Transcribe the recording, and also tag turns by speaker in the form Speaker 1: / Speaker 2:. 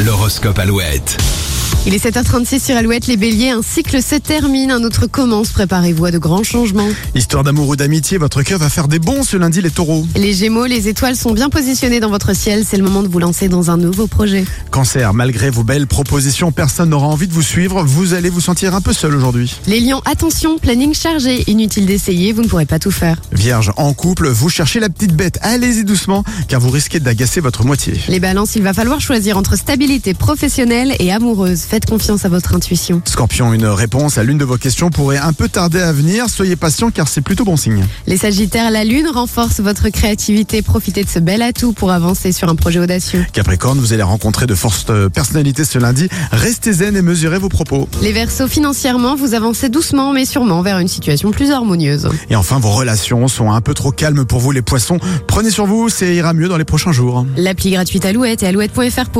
Speaker 1: L'horoscope Alouette.
Speaker 2: Il est 7h36 sur Alouette, les béliers, un cycle se termine, un autre commence, préparez-vous à de grands changements.
Speaker 3: Histoire d'amour ou d'amitié, votre cœur va faire des bons ce lundi les taureaux.
Speaker 2: Les gémeaux, les étoiles sont bien positionnées dans votre ciel, c'est le moment de vous lancer dans un nouveau projet.
Speaker 3: Cancer, malgré vos belles propositions, personne n'aura envie de vous suivre, vous allez vous sentir un peu seul aujourd'hui.
Speaker 2: Les lions, attention, planning chargé, inutile d'essayer, vous ne pourrez pas tout faire.
Speaker 3: Vierge, en couple, vous cherchez la petite bête, allez-y doucement car vous risquez d'agacer votre moitié.
Speaker 2: Les balances, il va falloir choisir entre stabilité professionnelle et amoureuse, faites confiance à votre intuition.
Speaker 3: Scorpion, une réponse à l'une de vos questions pourrait un peu tarder à venir, soyez patient car c'est plutôt bon signe.
Speaker 2: Les sagittaires, la lune renforce votre créativité, profitez de ce bel atout pour avancer sur un projet audacieux.
Speaker 3: Capricorne, vous allez rencontrer de fortes euh, personnalités ce lundi, restez zen et mesurez vos propos.
Speaker 2: Les versos, financièrement, vous avancez doucement mais sûrement vers une situation plus harmonieuse.
Speaker 3: Et enfin, vos relations sont un peu trop calmes pour vous les poissons, prenez sur vous, ça ira mieux dans les prochains jours.
Speaker 2: L'appli gratuite Alouette et alouette.fr pour